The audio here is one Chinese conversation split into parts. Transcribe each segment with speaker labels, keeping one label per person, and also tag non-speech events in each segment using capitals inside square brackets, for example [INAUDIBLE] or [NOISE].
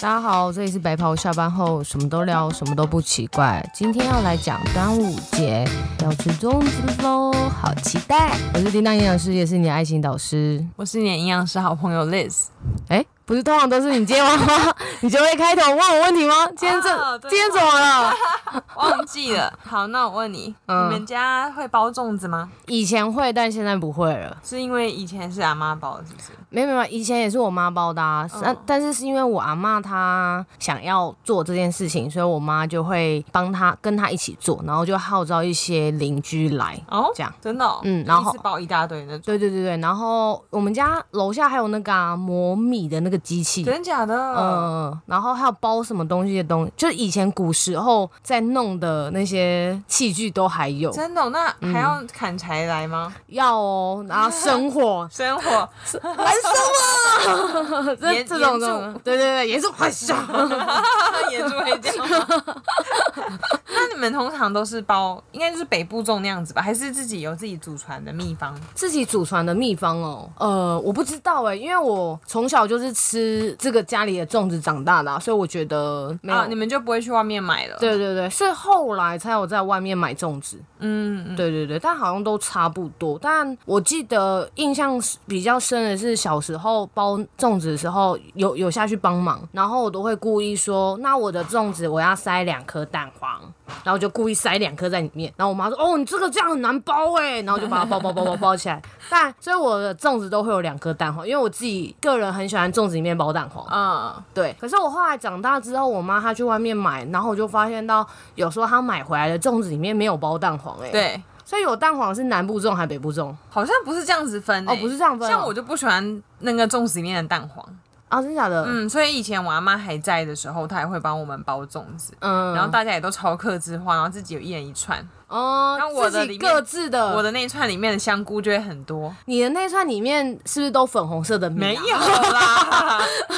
Speaker 1: 大家好，这里是白袍下班后，什么都聊，什么都不奇怪。今天要来讲端午节，要吃粽子喽，好期待！我是叮当营养师，也是你的爱情导师。
Speaker 2: 我是你的营养师好朋友 Liz。
Speaker 1: 哎、不是通常都是你接完吗？你就会开头问我问题吗？今天这、
Speaker 2: 哦对
Speaker 1: 今天怎么了？啊
Speaker 2: 忘记了。 [LAUGHS] 好，那我问你，
Speaker 1: 嗯
Speaker 2: 你们家会包粽子吗？
Speaker 1: 以前会，但现在不会了。
Speaker 2: 是因为以前是阿妈包的，是不是？
Speaker 1: 没有没有，以前也是我妈包的、啊，但、但是是因为我阿妈她想要做这件事情，所以我妈就会帮她跟她一起做，然后就号召一些邻居来。
Speaker 2: 哦，
Speaker 1: 这样
Speaker 2: 真的、哦，
Speaker 1: 嗯然后
Speaker 2: 一次包一大堆那种，
Speaker 1: 对对对对，然后我们家楼下还有那个、啊、磨米的那个机器，
Speaker 2: 真假的？
Speaker 1: 嗯，然后还有包什么东西的东西，就是以前古时候在弄的那些器具都还有，
Speaker 2: 真的哦、那还要砍柴来吗？，
Speaker 1: 要哦，然后生火
Speaker 2: [LAUGHS] 生火，
Speaker 1: 燃生 [LAUGHS] 啊，这
Speaker 2: 严
Speaker 1: 这种这
Speaker 2: 严
Speaker 1: 种
Speaker 2: 重，
Speaker 1: 对对对，也是很
Speaker 2: [LAUGHS]
Speaker 1: 小。
Speaker 2: 那也是会这样 [LAUGHS] 吗。那你们通常都是包，应该就是北部粽那样子吧？还是自己有自己祖传的秘方？
Speaker 1: 自己祖传的秘方哦，呃，我不知道哎、因为我从小就是吃这个家里的粽子长大的啊、所以我觉得没有。
Speaker 2: 啊，你们就不会去外面买了？，
Speaker 1: 对对对，是后来才有在外面买粽子。
Speaker 2: 嗯，嗯
Speaker 1: 对对对，但好像都差不多。但我记得印象比较深的是小时候包粽子的时候，有有下去帮忙，然后我都会故意说，那我的粽子我要塞两颗蛋黄，然后就故意塞两颗在里面。然后我妈说，哦，你这个这样很难包哎，然后就把它包包包包包起来。但所以我的粽子都会有两颗蛋黄，因为我自己个人很喜欢粽子里面包蛋黄。
Speaker 2: 嗯，
Speaker 1: 对，可是我后来长大之后，我妈她去外面买，然后我就发现到有时候她买回来的粽子里面没有包蛋黄、欸，哎，
Speaker 2: 对。
Speaker 1: 所以有蛋黄是南部粽还是北部粽？
Speaker 2: 好像不是这样子分、欸、
Speaker 1: 哦不是这样分哦
Speaker 2: 像我就不喜欢那个粽子里面的蛋黄，
Speaker 1: 啊，真假的？嗯
Speaker 2: 嗯，所以以前我阿妈还在的时候，她还会帮我们包粽子，
Speaker 1: 嗯，
Speaker 2: 然后大家也都超克制化，然后自己有一人一串，
Speaker 1: 哦，
Speaker 2: 那我的
Speaker 1: 自己
Speaker 2: 里面
Speaker 1: 各自的，
Speaker 2: 我的那一串里面的香菇就会很多，
Speaker 1: 你的那串里面是不是都粉红色的米、啊？
Speaker 2: 没有啦， [LAUGHS] 就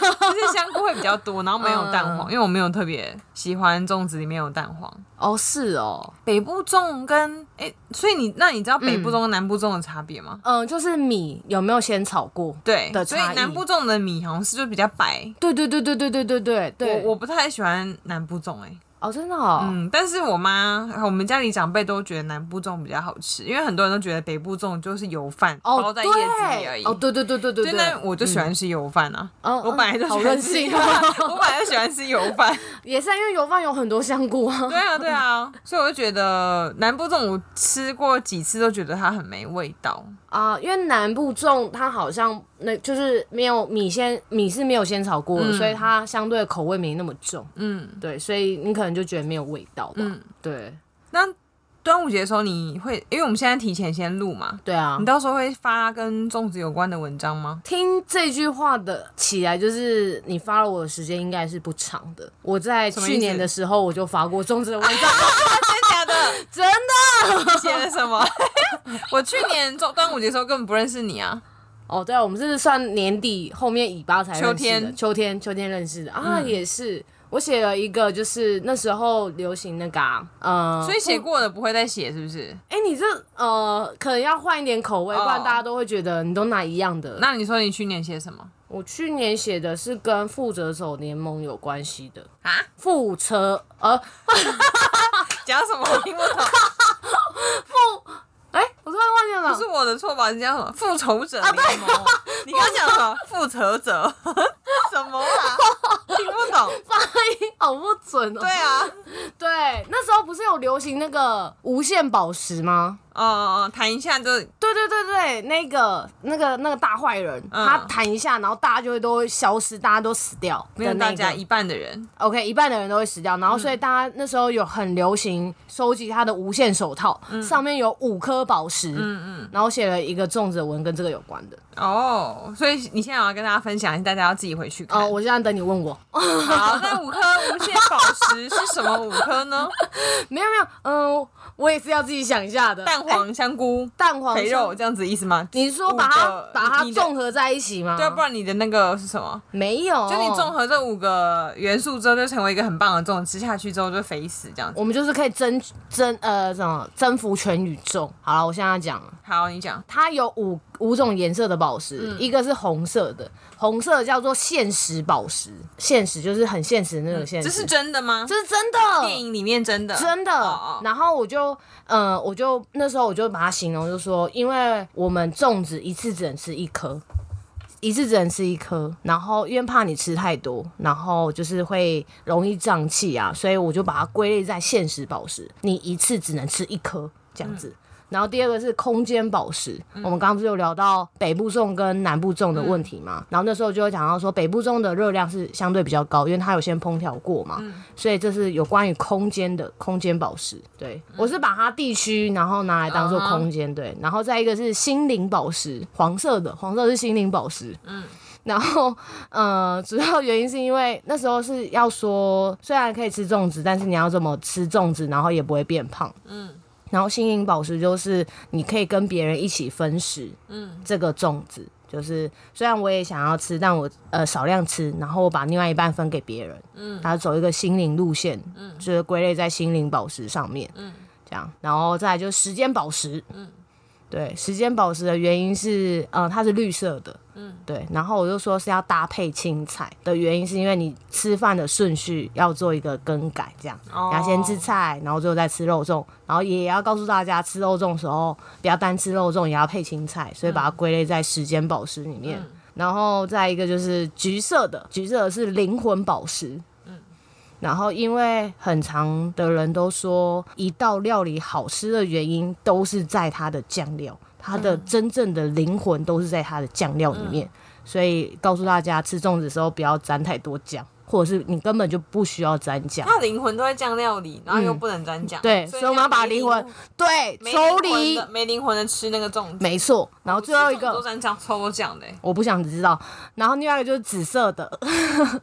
Speaker 2: 是香菇会比较多，然后没有蛋
Speaker 1: 嗯
Speaker 2: 黄，因为我没有特别喜欢粽子里面有蛋黄。
Speaker 1: 哦，是哦，
Speaker 2: 北部粽跟哎、所以你那你知道北部粽跟南部粽的差别吗？
Speaker 1: 嗯，就是米有没有先炒过？
Speaker 2: 对
Speaker 1: 的，
Speaker 2: 所以
Speaker 1: 差异
Speaker 2: 南部粽的米好像是就比较白，
Speaker 1: 对对对对对对对对对，
Speaker 2: 我我不太喜欢南部粽哎、
Speaker 1: 哦，真的哦，
Speaker 2: 嗯，但是我妈我们家里长辈都觉得南部粽比较好吃，因为很多人都觉得北部粽就是油饭、包
Speaker 1: 哦，
Speaker 2: 在
Speaker 1: 对，
Speaker 2: 叶子里而已。
Speaker 1: 哦，对对对对对
Speaker 2: 所以
Speaker 1: 对，
Speaker 2: 那我就喜欢吃油饭啊。
Speaker 1: 嗯
Speaker 2: 我本来就
Speaker 1: 好
Speaker 2: 喜欢
Speaker 1: 任
Speaker 2: 吃
Speaker 1: 性 [LAUGHS] 啊
Speaker 2: [LAUGHS] 我本来就喜欢吃油饭。
Speaker 1: 也是啊因为油饭有很多香菇啊，
Speaker 2: 对啊，对啊，所以我就觉得南部粽我吃过几次都觉得它很没味道。
Speaker 1: 啊、因为南部粽它好像那就是没有米先米是没有先炒过的，所以它相对口味没那么重，
Speaker 2: 嗯
Speaker 1: 对，所以你可能就觉得没有味道吧，
Speaker 2: 嗯，
Speaker 1: 对
Speaker 2: 那端午节的时候你会，因为我们现在提前先录嘛，
Speaker 1: 对啊
Speaker 2: 你。到时候会发跟粽子有关的文章吗？
Speaker 1: 听这句话的起来，就是你发了我的时间应该是不长的。我在
Speaker 2: 么意思
Speaker 1: 去年的时候我就发过粽子的文
Speaker 2: [LAUGHS]
Speaker 1: 章，
Speaker 2: 真的假的？
Speaker 1: 真的
Speaker 2: 写了什么？ [LAUGHS] 我去年中端午节的时候根本不认识你啊！
Speaker 1: 哦。对啊，我们是算年底后面尾巴才认识的，
Speaker 2: 秋天嗯
Speaker 1: 秋天秋天认识的啊，也是我写了一个，就是那时候流行那个、啊、呃，
Speaker 2: 所以写过的不会再写，是不是？
Speaker 1: 哎、你这呃，可能要换一点口味，
Speaker 2: 哦
Speaker 1: 不然大家都会觉得你都拿一样的。
Speaker 2: 那你说你去年写什么
Speaker 1: 我去年写的是跟负责手联盟有关系的
Speaker 2: 啊？
Speaker 1: 负责呃，
Speaker 2: 讲什么？我听不 [LAUGHS] 懂，
Speaker 1: 哎、我突然忘
Speaker 2: 不
Speaker 1: 记
Speaker 2: 是
Speaker 1: 了，
Speaker 2: 我的错吧？你讲什么？复仇者联盟哦？你刚刚讲什么？ [LAUGHS] 复仇者？什么啦？听不懂。
Speaker 1: 发音好不准哦、
Speaker 2: 对啊，
Speaker 1: 对，那时候不是有流行那个无限宝石吗？
Speaker 2: 哦、哦，谈一下就
Speaker 1: 对对对对，那个那个那个大坏人，
Speaker 2: 嗯
Speaker 1: 他弹一下，然后大家就会都会消失，大家都死掉的
Speaker 2: 没有
Speaker 1: 那
Speaker 2: 大
Speaker 1: 个
Speaker 2: 家一半的人。
Speaker 1: OK，一半的人都会死掉，然
Speaker 2: 嗯
Speaker 1: 后所以大家那时候有很流行收集他的无限手套，上面有五颗宝石，
Speaker 2: 嗯嗯嗯。
Speaker 1: 然后写了一个粽子的文跟这个有关的。
Speaker 2: 哦、所以你现在要跟大家分享，大家要自己回去看。
Speaker 1: 哦，我现在等你问我，哦
Speaker 2: [LAUGHS] 好，那五颗无限宝石是什么五颗呢？
Speaker 1: 没有没有，嗯、我也是要自己想一下的。
Speaker 2: 蛋黄、香菇、
Speaker 1: 蛋黄
Speaker 2: 肥
Speaker 1: 香
Speaker 2: 肉，这样子意思吗？
Speaker 1: 哦你是说
Speaker 2: 五
Speaker 1: 把它
Speaker 2: 个
Speaker 1: 把它
Speaker 2: 你的
Speaker 1: 综哦合在一起吗？
Speaker 2: 对啊，不然你的那个是什么？
Speaker 1: 没有，
Speaker 2: 就你综合这五个元素之后，就成为一个很棒的这种，吃下去之后就肥死这样子。
Speaker 1: 我们就是可以征征呃什么征服全宇宙。好了，我现在讲了，
Speaker 2: 好，你讲
Speaker 1: 它有五五种颜色的宝石，
Speaker 2: 嗯
Speaker 1: 一个是红色的，红色叫做现实宝石，现实就是很现实的那个现实，
Speaker 2: 嗯这是真的吗？
Speaker 1: 这是真的，
Speaker 2: 电影里面真的
Speaker 1: 真的。
Speaker 2: 哦哦
Speaker 1: 然后我就，呃，我就那时候我就把它形容，就说，因为我们粽子一次只能吃一颗，一次只能吃一颗，然后因为怕你吃太多，然后就是会容易胀气啊，所以我就把它归类在现实宝石，你一次只能吃一颗这样子。然后第二个是空间宝石，我们刚刚不是有聊到北部粽跟南部粽的问题嘛？然后那时候就会讲到说，北部粽的热量是相对比较高，因为它有先烹调过嘛，所以这是有关于空间的空间宝石。对、我是把它地区，然后拿来当做空间，对。然后再一个是心灵宝石，黄色的，黄色是心灵宝石，然后，呃，主要原因是因为那时候是要说，虽然可以吃粽子，但是你要怎么吃粽子，然后也不会变胖。嗯。然后心灵宝石就是你可以跟别人一起分食。嗯。这个粽子就是虽然我也想要吃，但我呃少量吃，然后我把另外一半分给别人。嗯。然后走一个心灵路线。嗯。就是归类在心灵宝石上面。嗯。这样，然后再来就是时间宝石。嗯。对，时间宝石的原因是，呃，它是绿色的。对，然后我就说是要搭配青菜的原因，是因为你吃饭的顺序要做一个更改，这样，
Speaker 2: 哦
Speaker 1: 然后先吃菜，然后最后再吃肉粽，然后也要告诉大家，吃肉粽的时候不要单吃肉粽，也要配青菜，所以把它归类在时间宝石里面。然后再一个就是橘色的，橘色的是灵魂宝石。然后，因为很长的人都说，一道料理好吃的原因都是在它的酱料，它的真正的灵魂都是在它的酱料里面。所以告诉大家，吃粽子的时候不要沾太多酱，或者是你根本就不需要沾酱。
Speaker 2: 它的灵魂都在酱料理，然后又不能沾酱、
Speaker 1: 对，所以我们要把
Speaker 2: 没
Speaker 1: 灵魂对
Speaker 2: 没
Speaker 1: 抽
Speaker 2: 灵魂
Speaker 1: 离
Speaker 2: 的，没灵魂的吃那个粽子。
Speaker 1: 没错。然后最后一
Speaker 2: 我吃粽子都
Speaker 1: 个
Speaker 2: 沾酱，超多酱的欸、
Speaker 1: 我不想知道，然后另外一个就是紫色的， [LAUGHS]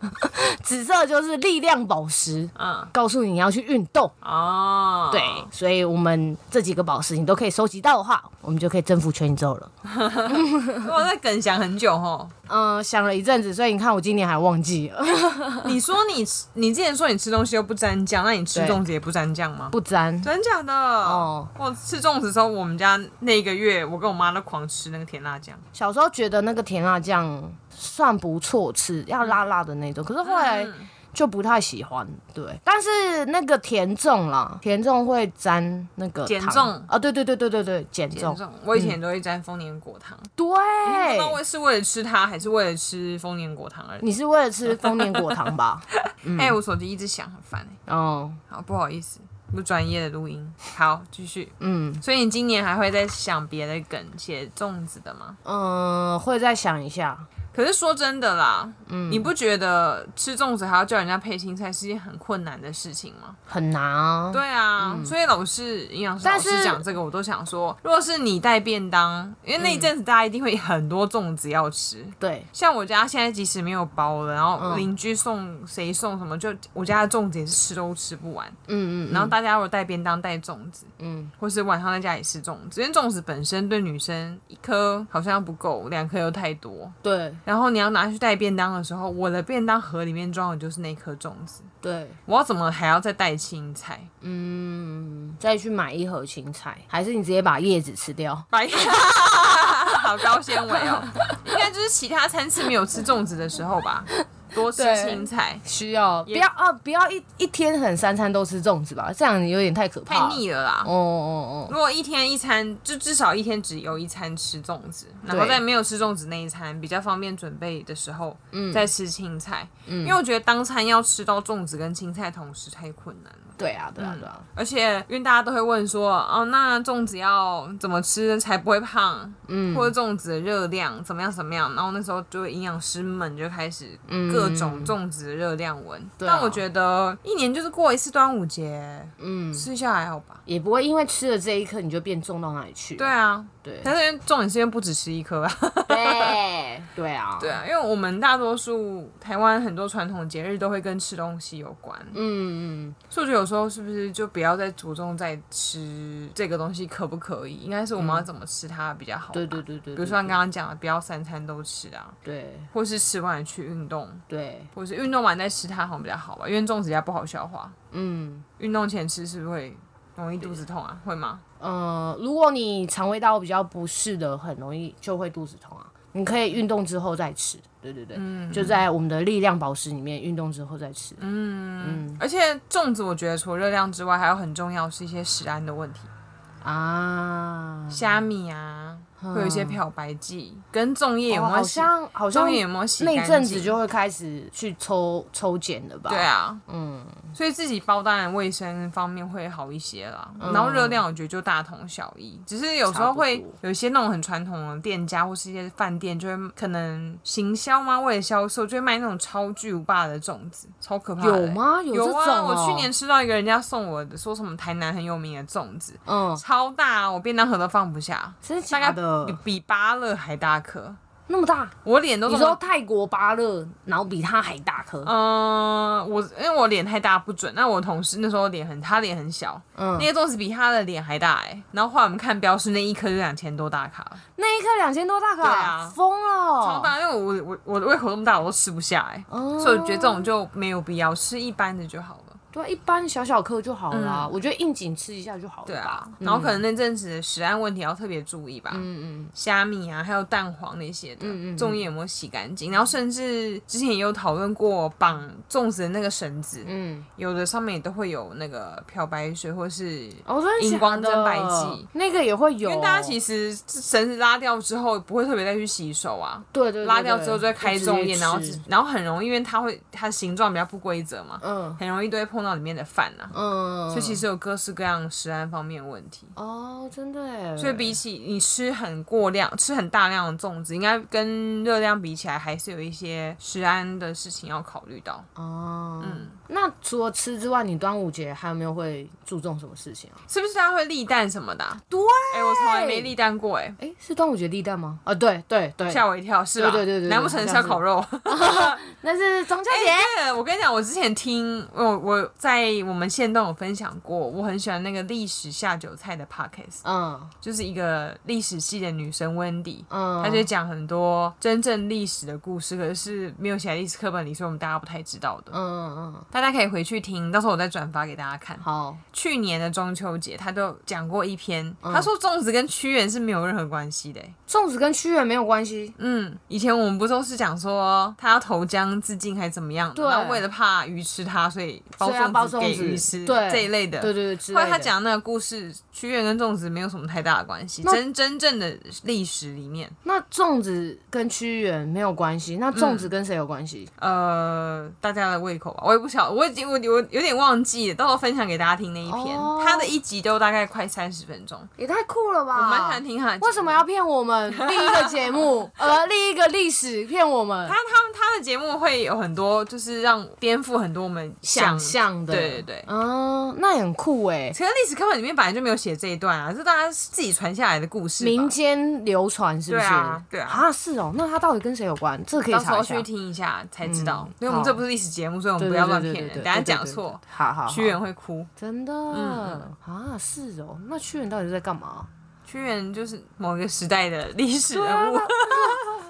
Speaker 1: 紫色就是力量宝石，
Speaker 2: 嗯，
Speaker 1: 告诉你要去运动。
Speaker 2: 哦，
Speaker 1: 对，所以我们这几个宝石你都可以收集到的话，我们就可以征服全宇宙了。
Speaker 2: 我在梗想很久吼。
Speaker 1: 嗯、想了一阵子，所以你看我今年还忘记了，
Speaker 2: 你说你吃，你之前说你吃东西又不沾酱，那你吃
Speaker 1: 对
Speaker 2: 粽子也不沾酱吗？
Speaker 1: 不沾。
Speaker 2: 真假的？
Speaker 1: 哦，
Speaker 2: 我吃粽子的时候，我们家那个月，我跟我妈都狂吃那个甜辣酱。
Speaker 1: 小时候觉得那个甜辣酱算不错吃，要辣辣的
Speaker 2: 嗯
Speaker 1: 那种，可是后来就不太喜欢。对，但是那个甜粽啦，甜粽会沾那个
Speaker 2: 减
Speaker 1: 糖
Speaker 2: 重
Speaker 1: 啊，对对对对对对，减
Speaker 2: 这
Speaker 1: 重，
Speaker 2: 种我以前都会沾丰年果糖，
Speaker 1: 嗯对。
Speaker 2: 不知道嗯我是为了吃它，还是为了吃丰年果糖而已。
Speaker 1: 你是为了 [LAUGHS] 吃丰年果糖吧？
Speaker 2: 哎，我手机一直响，很烦哎。
Speaker 1: 嗯
Speaker 2: 好，不好意思，不专业的录音。好，继续。
Speaker 1: 嗯
Speaker 2: 所以你今年还会再想别的梗写粽子的吗？
Speaker 1: 嗯，会再想一下。
Speaker 2: 可是说真的啦，嗯，你不觉得吃粽子还要叫人家配青菜是一件很困难的事情吗？
Speaker 1: 很难啊，
Speaker 2: 对啊，所以老师营养师老
Speaker 1: 但是
Speaker 2: 师讲这个，我都想说，如果是你带便当，因为
Speaker 1: 嗯
Speaker 2: 那一阵子大家一定会很多粽子要吃。
Speaker 1: 对，
Speaker 2: 像我家现在即使没有包了，然后
Speaker 1: 嗯
Speaker 2: 邻居送谁送什么，就我家的粽子也是吃都吃不完。
Speaker 1: 嗯嗯嗯，
Speaker 2: 然后大家如果带便当带粽子，
Speaker 1: 嗯，
Speaker 2: 或是晚上在家里吃粽子，因为粽子本身对女生一颗好像不够，两颗又太多。
Speaker 1: 对
Speaker 2: 然后你要拿去带便当的时候，我的便当盒里面装的就是那颗粽子，
Speaker 1: 对，
Speaker 2: 我要怎么还要再带青菜？
Speaker 1: 嗯，再去买一盒青菜，还是你直接把叶子吃掉？
Speaker 2: 白，哎 [LAUGHS] 好高纤维哦，应该就是其他餐次没有吃粽子的时候吧，多吃
Speaker 1: 对
Speaker 2: 青菜，
Speaker 1: 需要不要啊？不要一一天很三餐都吃粽子吧，这样有点太可怕
Speaker 2: 太
Speaker 1: 了。
Speaker 2: 腻了啦。
Speaker 1: 哦哦哦，
Speaker 2: 如果一天一餐，就至少一天只有一餐吃粽子，然后在没有吃粽子那一餐比较方便准备的时候，再吃青菜。因为我觉得当餐要吃到粽子跟青菜同时太困难了。
Speaker 1: 对啊
Speaker 2: 嗯
Speaker 1: 对啊对啊，
Speaker 2: 而且，因为大家都会问说，哦，那粽子要怎么吃才不会胖？嗯，或者粽子的热量怎么样怎么样？然后那时候就会营养师们就开始各各种粽子的热量文。
Speaker 1: 对啊
Speaker 2: 但我觉得一年就是过一次端午节，嗯，吃一下还好吧。
Speaker 1: 也不会因为吃了这一颗你就变重到哪里去。
Speaker 2: 对啊，
Speaker 1: 对
Speaker 2: 但是重点是因为不只吃一颗啊。
Speaker 1: 对对啊，
Speaker 2: 对啊，因为我们大多数台湾很多传统节日都会跟吃东西有关，
Speaker 1: 嗯嗯，
Speaker 2: 所以我觉得有时候是不是就不要再着重在吃这个东西可不可以，应该是我们要怎么吃它比较好吧。
Speaker 1: 嗯对对对对，
Speaker 2: 比如说像刚刚讲的，不要三餐都吃啊，
Speaker 1: 对
Speaker 2: 或是吃完去运动，
Speaker 1: 对，
Speaker 2: 或是运动完再吃它好像比较好吧，因为粽子比较不好消化。
Speaker 1: 嗯
Speaker 2: 运动前吃是不是会容易肚子痛啊？会吗？
Speaker 1: 呃，如果你肠胃道比较不适的，很容易就会肚子痛啊。你可以运动之后再吃，对对对，
Speaker 2: 嗯
Speaker 1: 就在我们的力量宝石里面，运动之后再吃。
Speaker 2: 而且粽子我觉得除了热量之外，还有很重要是一些食安的问题，
Speaker 1: 啊，
Speaker 2: 虾米啊，会有一些漂白剂，跟粽叶
Speaker 1: 嗯
Speaker 2: 有
Speaker 1: 哦
Speaker 2: 没有
Speaker 1: 好
Speaker 2: 洗？
Speaker 1: 像好
Speaker 2: 粽
Speaker 1: 像
Speaker 2: 叶有没有洗干
Speaker 1: 那
Speaker 2: 净？
Speaker 1: 一阵子就会开始去抽抽检了吧？
Speaker 2: 对，啊，嗯，所以自己包当然卫生方面会好一些啦，然后热量我觉得就大同小异，只是有时候
Speaker 1: 嗯差
Speaker 2: 会
Speaker 1: 不多
Speaker 2: 有一些那种很传统的店家或是一些饭店就会可能行销吗？为了销售就会卖那种超巨无霸的粽子，超可怕的、
Speaker 1: 有？吗？有这
Speaker 2: 有
Speaker 1: 种、
Speaker 2: 啊，
Speaker 1: 哦
Speaker 2: 我去年吃到一个人家送我的，说什么台南很有名的粽子，
Speaker 1: 嗯，
Speaker 2: 超大，啊我便当盒都放不下，
Speaker 1: 真的假
Speaker 2: 大概
Speaker 1: 的
Speaker 2: 比？比芭乐还大颗，
Speaker 1: 那么大？
Speaker 2: 我脸都
Speaker 1: 你
Speaker 2: 这
Speaker 1: 说
Speaker 2: 么
Speaker 1: 泰国芭乐，然后比它还大颗？
Speaker 2: 嗯，我因为我脸太大不准，那我同事那时候脸很，他脸很小，
Speaker 1: 嗯
Speaker 2: 那个粽子比他的脸还大哎、然后后来我们看标示，那一颗就两千多大卡，
Speaker 1: 那一颗两千多大卡，
Speaker 2: 对啊
Speaker 1: 疯了！
Speaker 2: 超大，因为我我我的胃口那么大，我都吃不下哎、
Speaker 1: 哦
Speaker 2: 所以我觉得这种就没有必要，吃一般的就好了。
Speaker 1: 对啊，一般小小颗就好了啊、我觉得应景吃一下就好了吧。
Speaker 2: 对啊，然后可能那阵子的食安问题要特别注意吧，
Speaker 1: 嗯嗯，嗯
Speaker 2: 虾米啊，还有蛋黄那些的，粽叶有没有洗干净？然后甚至之前也有讨论过绑粽子的那个绳子，
Speaker 1: 嗯
Speaker 2: 有的上面也都会有那个漂白水或是
Speaker 1: 哦，真的
Speaker 2: 荧
Speaker 1: 假
Speaker 2: 光
Speaker 1: 的
Speaker 2: 灯白剂，
Speaker 1: 那个也会有，哦
Speaker 2: 因为大家其实绳子拉掉之后，不会特别再去洗手啊。
Speaker 1: 对对对
Speaker 2: 拉掉之后就
Speaker 1: 对
Speaker 2: 会开
Speaker 1: 直
Speaker 2: 粽
Speaker 1: 接
Speaker 2: 叶，然后
Speaker 1: 吃
Speaker 2: 自然后很容易，因为它会它形状比较不规则嘛，
Speaker 1: 嗯
Speaker 2: 很容易都会碰到里面的饭啊。
Speaker 1: 嗯，
Speaker 2: 所以其实有各式各样食安方面的问题。
Speaker 1: 哦，真的耶，
Speaker 2: 所以比起你吃很过量、吃很大量的粽子，应该跟热量比起来，还是有一些食安的事情要考虑到。
Speaker 1: 哦，
Speaker 2: 嗯
Speaker 1: 那除了吃之外，你端午节还有没有会注重什么事情啊？
Speaker 2: 是不是大家会立蛋什么的、啊？
Speaker 1: 对，
Speaker 2: 哎、我从来没立蛋过、哎。
Speaker 1: 哎，是端午节立蛋吗？啊，对对对，
Speaker 2: 吓我一跳，是吧？
Speaker 1: 对对对对
Speaker 2: 难不成是要烤肉？
Speaker 1: 那是中秋节。
Speaker 2: 哎对我跟你讲，我之前听我我在我们县动有分享过，我很喜欢那个历史下酒菜的 podcast，
Speaker 1: 嗯
Speaker 2: 就是一个历史系的女生温迪。
Speaker 1: 嗯，
Speaker 2: 她就讲很多真正历史的故事，可是没有写在历史课本里，所以我们大家不太知道的。
Speaker 1: 嗯嗯嗯，
Speaker 2: 大家可以回去听，到时候我再转发给大家看。
Speaker 1: 好，
Speaker 2: 去年的中秋节，她都有讲过一篇，她说粽子跟屈原是没有任何关系的、欸
Speaker 1: 粽子跟屈原没有关系。
Speaker 2: 嗯，以前我们不都是讲说他要投江自尽还是怎么样的？
Speaker 1: 对
Speaker 2: 然后为了怕鱼吃他，所以包
Speaker 1: 所以要包
Speaker 2: 粽子给
Speaker 1: 粽子
Speaker 2: 鱼吃，
Speaker 1: 对
Speaker 2: 这一类的。
Speaker 1: 对对对，之
Speaker 2: 后来
Speaker 1: 类
Speaker 2: 他
Speaker 1: 的
Speaker 2: 讲的那个故事，屈原跟粽子没有什么太大的关系，
Speaker 1: 那
Speaker 2: 真真正的历史里面，
Speaker 1: 那粽子跟屈原没有关系，那粽子
Speaker 2: 嗯
Speaker 1: 跟谁有关系？
Speaker 2: 呃，大家的胃口吧，我也不晓，我已经我我有点忘记了，到时候分享给大家听那一篇，
Speaker 1: 哦
Speaker 2: 他的一集都大概快三十分钟，
Speaker 1: 也太酷了吧！
Speaker 2: 我蛮喜欢听他的节目。
Speaker 1: 为什么要骗我
Speaker 2: [LAUGHS]
Speaker 1: 们？第一个节目，呃，另一个历史骗我们
Speaker 2: 他他他的节目会有很多，就是让颠覆很多我们
Speaker 1: 想象的，
Speaker 2: 对对对。
Speaker 1: 嗯，那也很酷哎，
Speaker 2: 可是历史课本里面本来就没有写这一段啊，是大家自己传下来的故事吧。
Speaker 1: 民间流传是不是？
Speaker 2: 对啊对啊
Speaker 1: 是哦，那它到底跟谁有关？这个可以
Speaker 2: 到时
Speaker 1: 查
Speaker 2: 候
Speaker 1: 一下
Speaker 2: 去。听一下才知道，
Speaker 1: 嗯
Speaker 2: 因为我们这不是历史节目，所以我
Speaker 1: 对
Speaker 2: 们不
Speaker 1: 对
Speaker 2: 要乱
Speaker 1: 对
Speaker 2: 骗
Speaker 1: 对对对
Speaker 2: 人，等下
Speaker 1: 对
Speaker 2: 讲
Speaker 1: 对
Speaker 2: 错，
Speaker 1: 好好好，
Speaker 2: 屈原会哭。
Speaker 1: 真的
Speaker 2: 嗯
Speaker 1: 啊，是哦，那屈原到底在干嘛？
Speaker 2: 屈原就是某一个时代的历史
Speaker 1: 对啊
Speaker 2: 人物，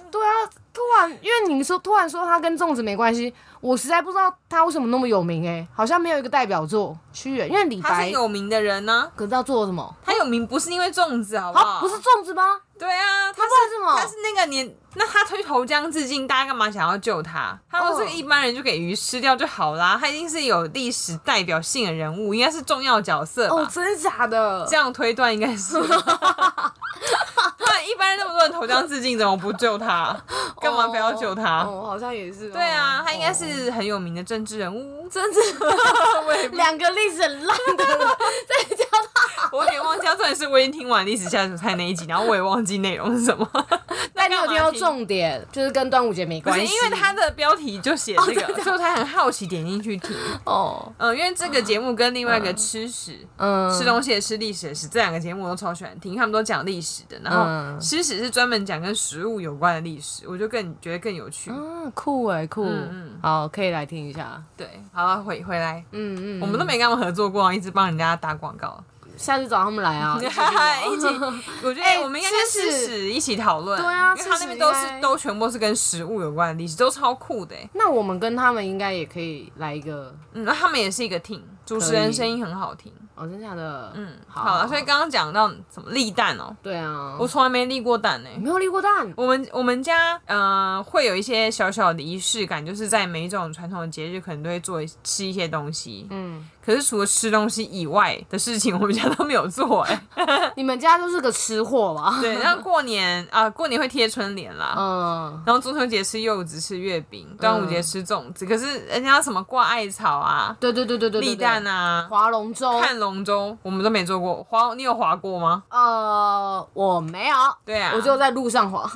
Speaker 1: 对啊，突然因为你说突然说他跟粽子没关系，我实在不知道他为什么那么有名哎、好像没有一个代表作屈原，因为李
Speaker 2: 他是
Speaker 1: 白
Speaker 2: 有名的人呢。
Speaker 1: 可知道做了什么？
Speaker 2: 他有名不是因为粽子，好不
Speaker 1: 啊，
Speaker 2: 好？
Speaker 1: 不是，哦粽子吗？
Speaker 2: 对啊，他
Speaker 1: 不然是什么
Speaker 2: 他是那个年，那他推投江自尽，大家干嘛想要救他？他如果是个
Speaker 1: 哦
Speaker 2: 一般人，就给鱼吃掉就好啦。他一定是有历史代表性的人物，应该是重要角色吧？
Speaker 1: 哦，真的假的
Speaker 2: [LAUGHS] 这？样推断应该是。 [LAUGHS] 那一般人那么多人投江自尽，怎么不救他？ [LAUGHS] 干嘛非要救他？
Speaker 1: 哦，好像也是、哦。
Speaker 2: 对啊，他应该
Speaker 1: 哦
Speaker 2: 是很有名的 [LAUGHS] 政治人物。 [LAUGHS]
Speaker 1: 真是两个例子很烂的人，在教他
Speaker 2: 我有点忘记，重点是我已经听完历史下酒菜那一集，然后我也忘记内容是 [LAUGHS] 什么。
Speaker 1: 但你有听到
Speaker 2: 干嘛 [LAUGHS]
Speaker 1: 重点，就是跟端午节没
Speaker 2: 不
Speaker 1: 关
Speaker 2: 是
Speaker 1: 系，
Speaker 2: 因为它的标题就写这个，所以我才很好奇点进去 [LAUGHS] 听。
Speaker 1: 哦，
Speaker 2: 嗯，因为这个节目跟另外一个吃史，
Speaker 1: 嗯，
Speaker 2: 吃东西也吃历史也是，这两个节目我都超喜欢听，他们都讲历史的。然后
Speaker 1: 嗯
Speaker 2: 吃史是专门讲跟食物有关的历史，我就更觉得更有趣。
Speaker 1: 啊，酷哎酷
Speaker 2: 嗯，
Speaker 1: 好，可以来听一下，
Speaker 2: 对，好啊回回来，
Speaker 1: 嗯嗯，
Speaker 2: 我们都没跟他们合作过，一直帮人家打广告。
Speaker 1: 下次找他们来
Speaker 2: [LAUGHS]
Speaker 1: 啊， [LAUGHS] 一起
Speaker 2: 一起
Speaker 1: 聊，
Speaker 2: 我觉
Speaker 1: 哎
Speaker 2: 得我们应该跟
Speaker 1: 吃屎
Speaker 2: 吃史一起讨论，
Speaker 1: 对啊
Speaker 2: 因为他
Speaker 1: 吃
Speaker 2: 那
Speaker 1: 屎
Speaker 2: 边都
Speaker 1: 应该
Speaker 2: 是都全部是跟食物有关的历史，都超酷的欸。
Speaker 1: 那我们跟他们应该也可以来一个，
Speaker 2: 嗯，那他们也是一个 team，主持
Speaker 1: 可
Speaker 2: 人
Speaker 1: 以
Speaker 2: 声音很好听。
Speaker 1: 哦，真假的，
Speaker 2: 嗯，
Speaker 1: 好
Speaker 2: 好了，所以刚刚讲到什么立蛋哦、
Speaker 1: 对啊，
Speaker 2: 我从来没立过蛋呢、欸
Speaker 1: 没有立过蛋，
Speaker 2: 我们我们家呃会有一些小小的仪式感，就是在每一种传统的节日，可能都会做一吃一些东西。
Speaker 1: 嗯，
Speaker 2: 可是除了吃东西以外的事情，我们家都没有做
Speaker 1: [LAUGHS]
Speaker 2: 哎、
Speaker 1: 你们家就是个吃货吧？
Speaker 2: 对，像过年啊、过年会贴春联啦。
Speaker 1: 嗯，
Speaker 2: 然后中秋节吃柚子，吃月饼；端午节吃粽子。可是人家什么挂艾草啊、
Speaker 1: 对对对对对，对
Speaker 2: 立蛋，啊
Speaker 1: 对、划龙舟，
Speaker 2: 看龙舟，我们都没做过。划，你有划过吗？
Speaker 1: 呃，我没有，
Speaker 2: 对啊，
Speaker 1: 我就在路上滑，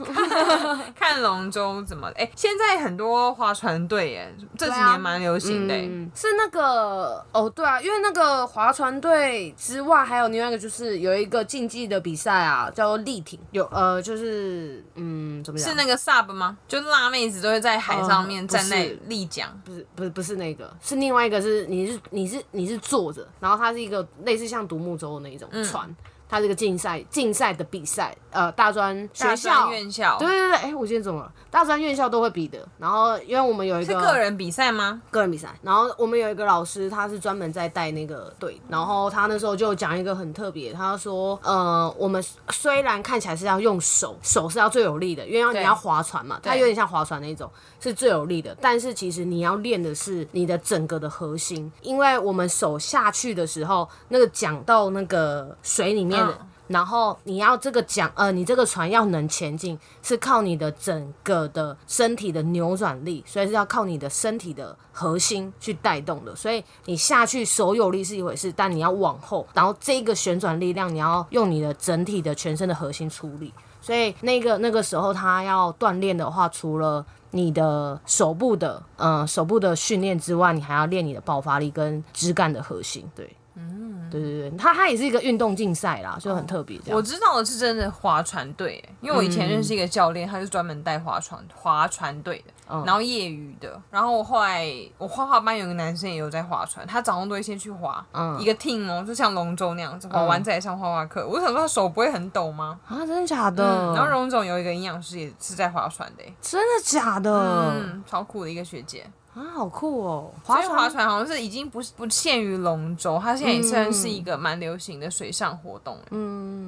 Speaker 2: 看龙舟怎么？哎、现在很多划船队耶，这几
Speaker 1: 对啊
Speaker 2: 年蛮流行的哎耶、
Speaker 1: 嗯，是那个哦，对啊，因为那个划船队之外，还有另外一个就是有一个竞技的比赛啊，叫做力挺，有呃，就是嗯，怎么讲？
Speaker 2: 是那个 sub 吗？就辣妹子都会在海上面
Speaker 1: 嗯不是
Speaker 2: 站在立桨，
Speaker 1: 不是不是不是那个，是另外一个是你是你是你是坐着，然后它是一个类似像独木舟的那一
Speaker 2: 嗯
Speaker 1: 种船，它是一个竞赛竞赛的比赛，呃，大专学
Speaker 2: 大
Speaker 1: 校
Speaker 2: 专。院校
Speaker 1: 对对对，哎、我今天怎么了？大专院校都会比的，然后因为我们有一
Speaker 2: 是个人比赛吗？
Speaker 1: 个人比赛，然后我们有一个老师，他是专门在带那个队，然后他那时候就讲一个很特别，他说，呃，我们虽然看起来是要用手，手是要最有力的，因为要
Speaker 2: 对
Speaker 1: 你要划船嘛，它
Speaker 2: 对
Speaker 1: 有点像划船那种，是最有力的，但是其实你要练的是你的整个的核心，因为我们手下去的时候，那个桨到那个水里面的。
Speaker 2: 嗯
Speaker 1: 然后你要这个桨，呃，你这个船要能前进，是靠你的整个的身体的扭转力，所以是要靠你的身体的核心去带动的。所以你下去手有力是一回事，但你要往后，然后这个旋转力量你要用你的整体的全身的核心出力。所以那个那个时候他要锻炼的话，除了你的手部的，呃，手部的训练之外，你还要练你的爆发力跟枝干的核心。对，嗯，对对对，它它也是一个运动竞赛啦，就很特别这样。
Speaker 2: 我知道的是真的划船队耶，因为我以前认识一个教
Speaker 1: 嗯
Speaker 2: 练，他是专门带划船划船队的，
Speaker 1: 哦
Speaker 2: 然后业余的。然后我后来我画画班有个男生也有在划船，他早上都会先去划、
Speaker 1: 嗯
Speaker 2: 一个 team 哦，就像龙舟那样子，划完再上画画课。我想说他手不会很抖吗？
Speaker 1: 啊，真的假的？
Speaker 2: 嗯，然后荣总有一个营养师也是在划船的耶，
Speaker 1: 真的假的？
Speaker 2: 嗯，超酷的一个学姐。
Speaker 1: 啊，好酷哦！
Speaker 2: 所
Speaker 1: 划
Speaker 2: 以
Speaker 1: 船
Speaker 2: 划船好像是已经不是不限于龙舟，它现在也算是一个蛮流行的水上活动。嗯，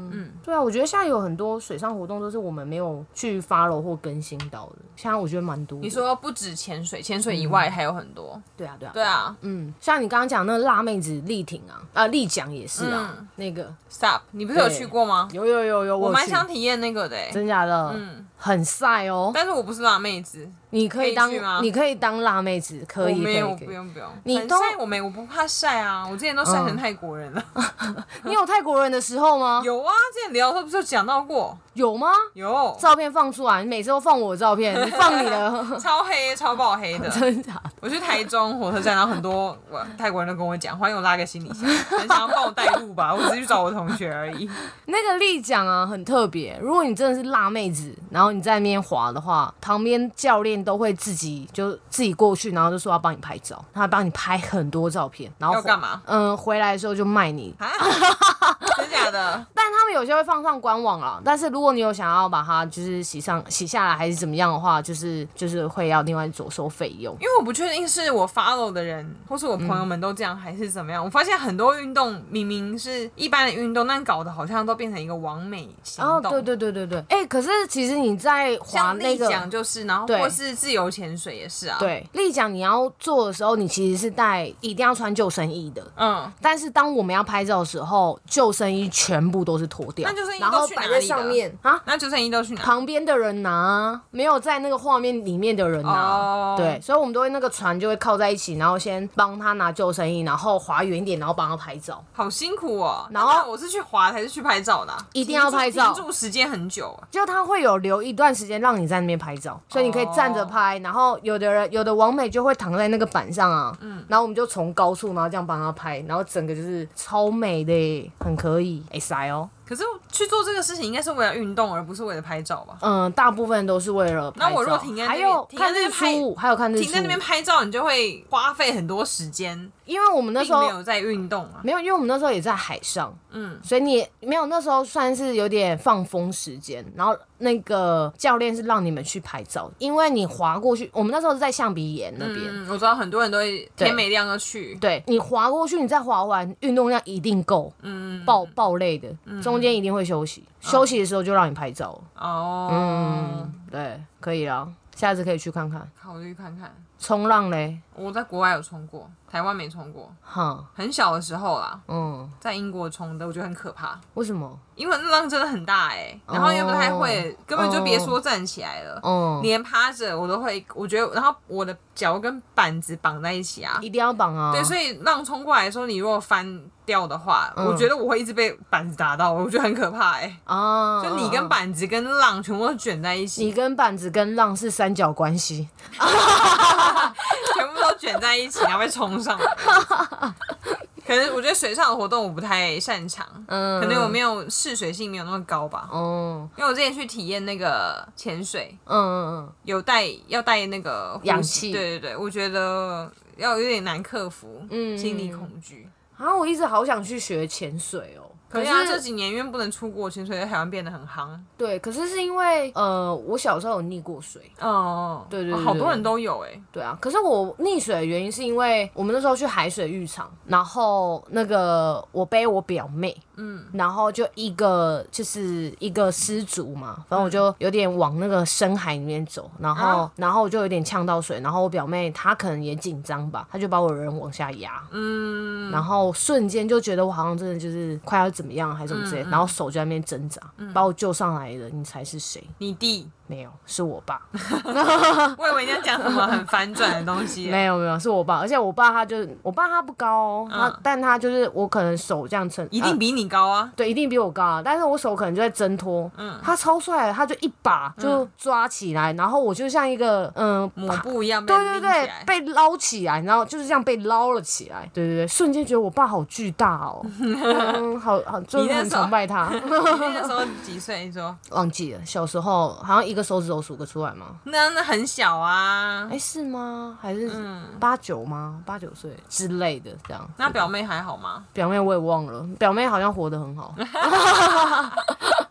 Speaker 1: 对啊，我觉得现在有很多水上活动都是我们没有去 follow 或更新到的，现在我觉得蛮多的。
Speaker 2: 你说不止潜水，潜水以外还有很多。
Speaker 1: 对啊，对啊，
Speaker 2: 对啊，
Speaker 1: 嗯，像你刚刚讲那个辣妹子丽婷啊，啊丽奖也是啊，
Speaker 2: 嗯
Speaker 1: 那个
Speaker 2: Stop，你不是有
Speaker 1: 对
Speaker 2: 去过吗？
Speaker 1: 有有有有，
Speaker 2: 我
Speaker 1: 我
Speaker 2: 蛮
Speaker 1: 去
Speaker 2: 想体验那个的、欸，
Speaker 1: 真假的，嗯，很晒哦。
Speaker 2: 但是我不是辣妹子，
Speaker 1: 你可以
Speaker 2: 可以去
Speaker 1: 当
Speaker 2: 吗
Speaker 1: 你可以当辣妹子，可
Speaker 2: 我
Speaker 1: 以可
Speaker 2: 没有，
Speaker 1: 以
Speaker 2: 不
Speaker 1: 可以。
Speaker 2: 用不用。
Speaker 1: 你嗯
Speaker 2: 很
Speaker 1: 都
Speaker 2: 晒我没，我不怕晒啊，我之前都晒成泰国人了。 [LAUGHS]
Speaker 1: 你有泰国人的时候吗？
Speaker 2: 有啊，之前聊的时候不是有讲到过，
Speaker 1: 有吗？
Speaker 2: 有
Speaker 1: 照片放出来，你每次都放我的照
Speaker 2: [LAUGHS]
Speaker 1: 片，你放你的， [LAUGHS]
Speaker 2: 超黑超爆黑的。
Speaker 1: 真假的？
Speaker 2: 我去台中火车站，然后很多我泰国人都跟我讲，欢迎我拉个行李箱，很想要帮我带路吧，我只是去找我同学而已。
Speaker 1: 那个丽奖啊，很特别。如果你真的是辣妹子，然后你在那边滑的话，旁边教练都会自己就自己过去，然后就说要帮你拍照，他还帮你拍很多照片，然后
Speaker 2: 要干嘛？
Speaker 1: 嗯、回来的时候就卖你。
Speaker 2: 啊， [LAUGHS]
Speaker 1: [LAUGHS]
Speaker 2: 真假的？
Speaker 1: 但他们有些会放上官网啦，但是如果你有想要把它就是洗上洗下来还是怎么样的话，就是就是会要另外走收费用。
Speaker 2: 因为我不确定是我 follow 的人，或是我朋友们都这样，还是怎么样。我发现很多运动明明是一般的运动，但搞得好像都变成一个完美行
Speaker 1: 哦，
Speaker 2: 动。
Speaker 1: 对对对对对，哎、可是其实你在滑
Speaker 2: 像
Speaker 1: 那
Speaker 2: 立
Speaker 1: 个
Speaker 2: 桨就是，然后
Speaker 1: 对
Speaker 2: 或是自由潜水也是啊。，
Speaker 1: 对立桨，你要做的时候，你其实是带一定要穿救生衣的。
Speaker 2: 嗯，
Speaker 1: 但是当我们要拍照的时候，救生衣全部都是破掉
Speaker 2: 那就剩一，
Speaker 1: 然
Speaker 2: 都
Speaker 1: 后
Speaker 2: 去哪
Speaker 1: 摆
Speaker 2: 里
Speaker 1: 在
Speaker 2: 了
Speaker 1: 上面啊，
Speaker 2: 那九乘一都去哪？
Speaker 1: 旁边的人拿，没有在那个画面里面的人拿
Speaker 2: 哦，
Speaker 1: 对，所以我们都会那个船就会靠在一起，然后先帮他拿救生衣，然后划远一点，然后帮他拍照。
Speaker 2: 好辛苦哦。
Speaker 1: 然后
Speaker 2: 那我是去滑还是去拍照的啊？
Speaker 1: 一定要拍照
Speaker 2: 停住时间很久啊。
Speaker 1: 就他会有留一段时间让你在那边拍照，所以你可以站
Speaker 2: 哦
Speaker 1: 着拍。然后有的人有的王美就会躺在那个板上啊，
Speaker 2: 嗯
Speaker 1: 然后我们就从高处，然后这样帮他拍，然后整个就是超美的耶，很可以，哎塞哦。
Speaker 2: 可是去做这个事情应该是为了运动，而不是为了拍照吧？
Speaker 1: 嗯，大部分都是为了拍照
Speaker 2: 那我如果停在那
Speaker 1: 还
Speaker 2: 边
Speaker 1: 有
Speaker 2: 停在
Speaker 1: 看
Speaker 2: 那边
Speaker 1: 日
Speaker 2: 拍
Speaker 1: 出，还有看日出，
Speaker 2: 停在那边拍照，你就会花费很多时间，
Speaker 1: 因为我们那时
Speaker 2: 并没
Speaker 1: 候
Speaker 2: 有在运动啊。
Speaker 1: 没有，因为我们那时候也在海上，嗯
Speaker 2: 嗯，
Speaker 1: 所以你也没有那时候算是有点放风时间。然后那个教练是让你们去拍照，因为你划过去，我们那时候是在象鼻岩那边。
Speaker 2: 嗯，我知道很多人都会
Speaker 1: 对
Speaker 2: 天没亮就去，
Speaker 1: 对你划过去，你再划完，运动量一定够，嗯，爆爆累的，
Speaker 2: 嗯
Speaker 1: 中间一定会休息，休息的时候就让你拍照了，
Speaker 2: 哦，
Speaker 1: 嗯，对，可以啦，下次可以去看看
Speaker 2: 考虑看看。
Speaker 1: 冲浪嘞，
Speaker 2: 我在国外有冲过，台湾没冲过，
Speaker 1: 哈，
Speaker 2: 很小的时候啦，
Speaker 1: 嗯，
Speaker 2: 在英国冲的，我觉得很可怕，
Speaker 1: 为什么？
Speaker 2: 因为那浪真的很大哎、然后又不太会，
Speaker 1: 哦
Speaker 2: 根本就别说站起来了。
Speaker 1: 嗯，
Speaker 2: 连趴着我都会，我觉得，然后我的脚跟板子绑在一起啊，
Speaker 1: 一定要绑啊，
Speaker 2: 对，所以浪冲过来的时候，你如果翻掉的话，我
Speaker 1: 嗯
Speaker 2: 觉得我会一直被板子打到，我觉得很可怕哎、
Speaker 1: 啊，
Speaker 2: 就你跟
Speaker 1: 嗯
Speaker 2: 板子跟浪全部都卷在一
Speaker 1: 你
Speaker 2: 起，
Speaker 1: 跟板子跟浪是三角关系，
Speaker 2: [LAUGHS] 全部都卷在一起，然后被冲上
Speaker 1: [LAUGHS]
Speaker 2: 来。可能我觉得水上的活动我不太擅长，
Speaker 1: 嗯
Speaker 2: 可能我没有嗜水性没有那么高吧。
Speaker 1: 哦，
Speaker 2: 因为我之前去体验那个潜水，
Speaker 1: 嗯嗯
Speaker 2: 有带要带那个呼吸
Speaker 1: 氧气
Speaker 2: 对对对，我觉得要有点难克服，
Speaker 1: 嗯
Speaker 2: 心理恐惧。
Speaker 1: 嗯，啊，我一直好想去学潜水哦，
Speaker 2: 可是、
Speaker 1: 是
Speaker 2: 啊、这几年因为不能出国，潜水在台湾变得很夯。
Speaker 1: 对，可是是因为呃，我小时候有溺过水，
Speaker 2: 哦，
Speaker 1: 对对对
Speaker 2: 哦好多人都有哎、
Speaker 1: 对啊，可是我溺水的原因是因为我们那时候去海水浴场，然后那个我背我表妹，嗯，然后就一个就是一个失足嘛，反正我就有点往那个深海里面走，然后、
Speaker 2: 啊
Speaker 1: 然后我就有点呛到水，然后我表妹她可能也紧张吧，她就把我人往下压，嗯，然后瞬间就觉得我好像真的就是快要怎么样还是什么之类，然后手就在那边挣扎，把我救上来的你才是谁？
Speaker 2: 你弟，
Speaker 1: 没有，是我爸。
Speaker 2: 我以为你要讲什么很反转的东西、欸。
Speaker 1: 啊 [LAUGHS] 没有没有，是我爸，而且我爸他就是我爸他不高哦，他但他就是我可能手这样撑，
Speaker 2: 嗯一
Speaker 1: 呃
Speaker 2: 定比你高啊！
Speaker 1: 对，一定比我高啊，但是我手可能就在挣脱，
Speaker 2: 嗯
Speaker 1: 他超帅的，他就一把就抓起来，然后我就像一个嗯。
Speaker 2: 抹布一样被
Speaker 1: 对对
Speaker 2: 拎起
Speaker 1: 对
Speaker 2: 来，，
Speaker 1: 被捞起来，然后就是这样被捞了起来。对对对，瞬间觉得我爸好巨大
Speaker 2: [LAUGHS]
Speaker 1: 哦，嗯，好好，就是
Speaker 2: 你那
Speaker 1: 很
Speaker 2: 时候
Speaker 1: 崇拜他。
Speaker 2: 你那时候几岁？你说
Speaker 1: [LAUGHS] 忘记了，小时候好像一个手指头数得出来吗？
Speaker 2: 那那很小啊
Speaker 1: 哎、。是吗？还是
Speaker 2: 嗯
Speaker 1: 八九吗？八九岁之类的这样。
Speaker 2: 那表妹还好吗？
Speaker 1: 表妹我也忘了，表妹好像活得很好。
Speaker 2: 啊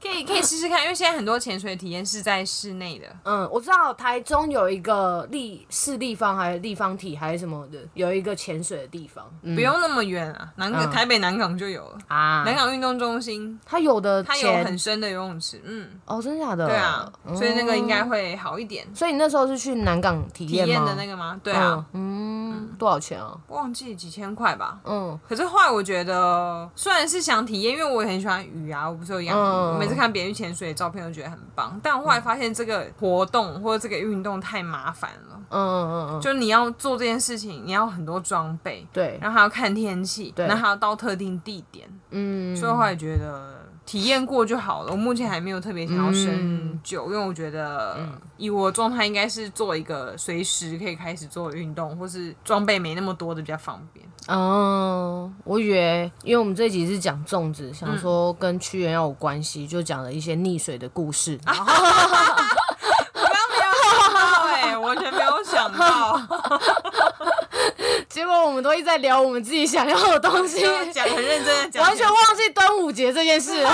Speaker 2: 可以可以试试看，因为现在很多潜水体验是在室内的。
Speaker 1: 嗯，我知道台中有一个立是立方还是立方体还是什么的，有一个潜水的地方。嗯
Speaker 2: 不用那么远啊，南港、台北南港就有了。
Speaker 1: 啊，
Speaker 2: 南港运动中心
Speaker 1: 它有的
Speaker 2: 它有很
Speaker 1: 潜
Speaker 2: 深的游泳池，嗯，
Speaker 1: 哦，真假的？
Speaker 2: 对啊，所以那个应该会好一点。
Speaker 1: 所以你那时候是去南港体
Speaker 2: 体
Speaker 1: 验
Speaker 2: 验
Speaker 1: 吗？
Speaker 2: 的那个吗？对啊，
Speaker 1: 嗯，多少钱啊？
Speaker 2: 忘记几千块吧。
Speaker 1: 嗯
Speaker 2: 可是后来我觉得，虽然是想体验，因为我也很喜欢鱼啊，我不是有养鱼，
Speaker 1: 嗯
Speaker 2: 我每次看别人去潜水的照片，我觉得很棒。但我后来发现这个活动或者这个运动太麻烦了，
Speaker 1: 嗯嗯嗯嗯，
Speaker 2: 就你要做这件事情，你要很多装备，
Speaker 1: 对，
Speaker 2: 然后还要看天气，
Speaker 1: 对
Speaker 2: 然后还要到特定地点，
Speaker 1: 嗯
Speaker 2: 所以后来觉得。体验过就好了，我目前还没有特别想要
Speaker 1: 嗯
Speaker 2: 深究，因为我觉得以我的状态应该是做一个随时可以开始做的运动，或是装备没那么多的比较方便。
Speaker 1: 哦，我以为因为我们这集是讲粽子，
Speaker 2: 嗯
Speaker 1: 想说跟屈原要有关系，就讲了一些溺水的故事。然
Speaker 2: 啊
Speaker 1: 后 [LAUGHS]
Speaker 2: 对，欸完全没有想到，
Speaker 1: 结果我们都一直在聊我们自己想要的东西，
Speaker 2: 就讲很认 [LAUGHS] 真的讲，
Speaker 1: 完全忘记端午节这件事
Speaker 2: [LAUGHS]
Speaker 1: 了。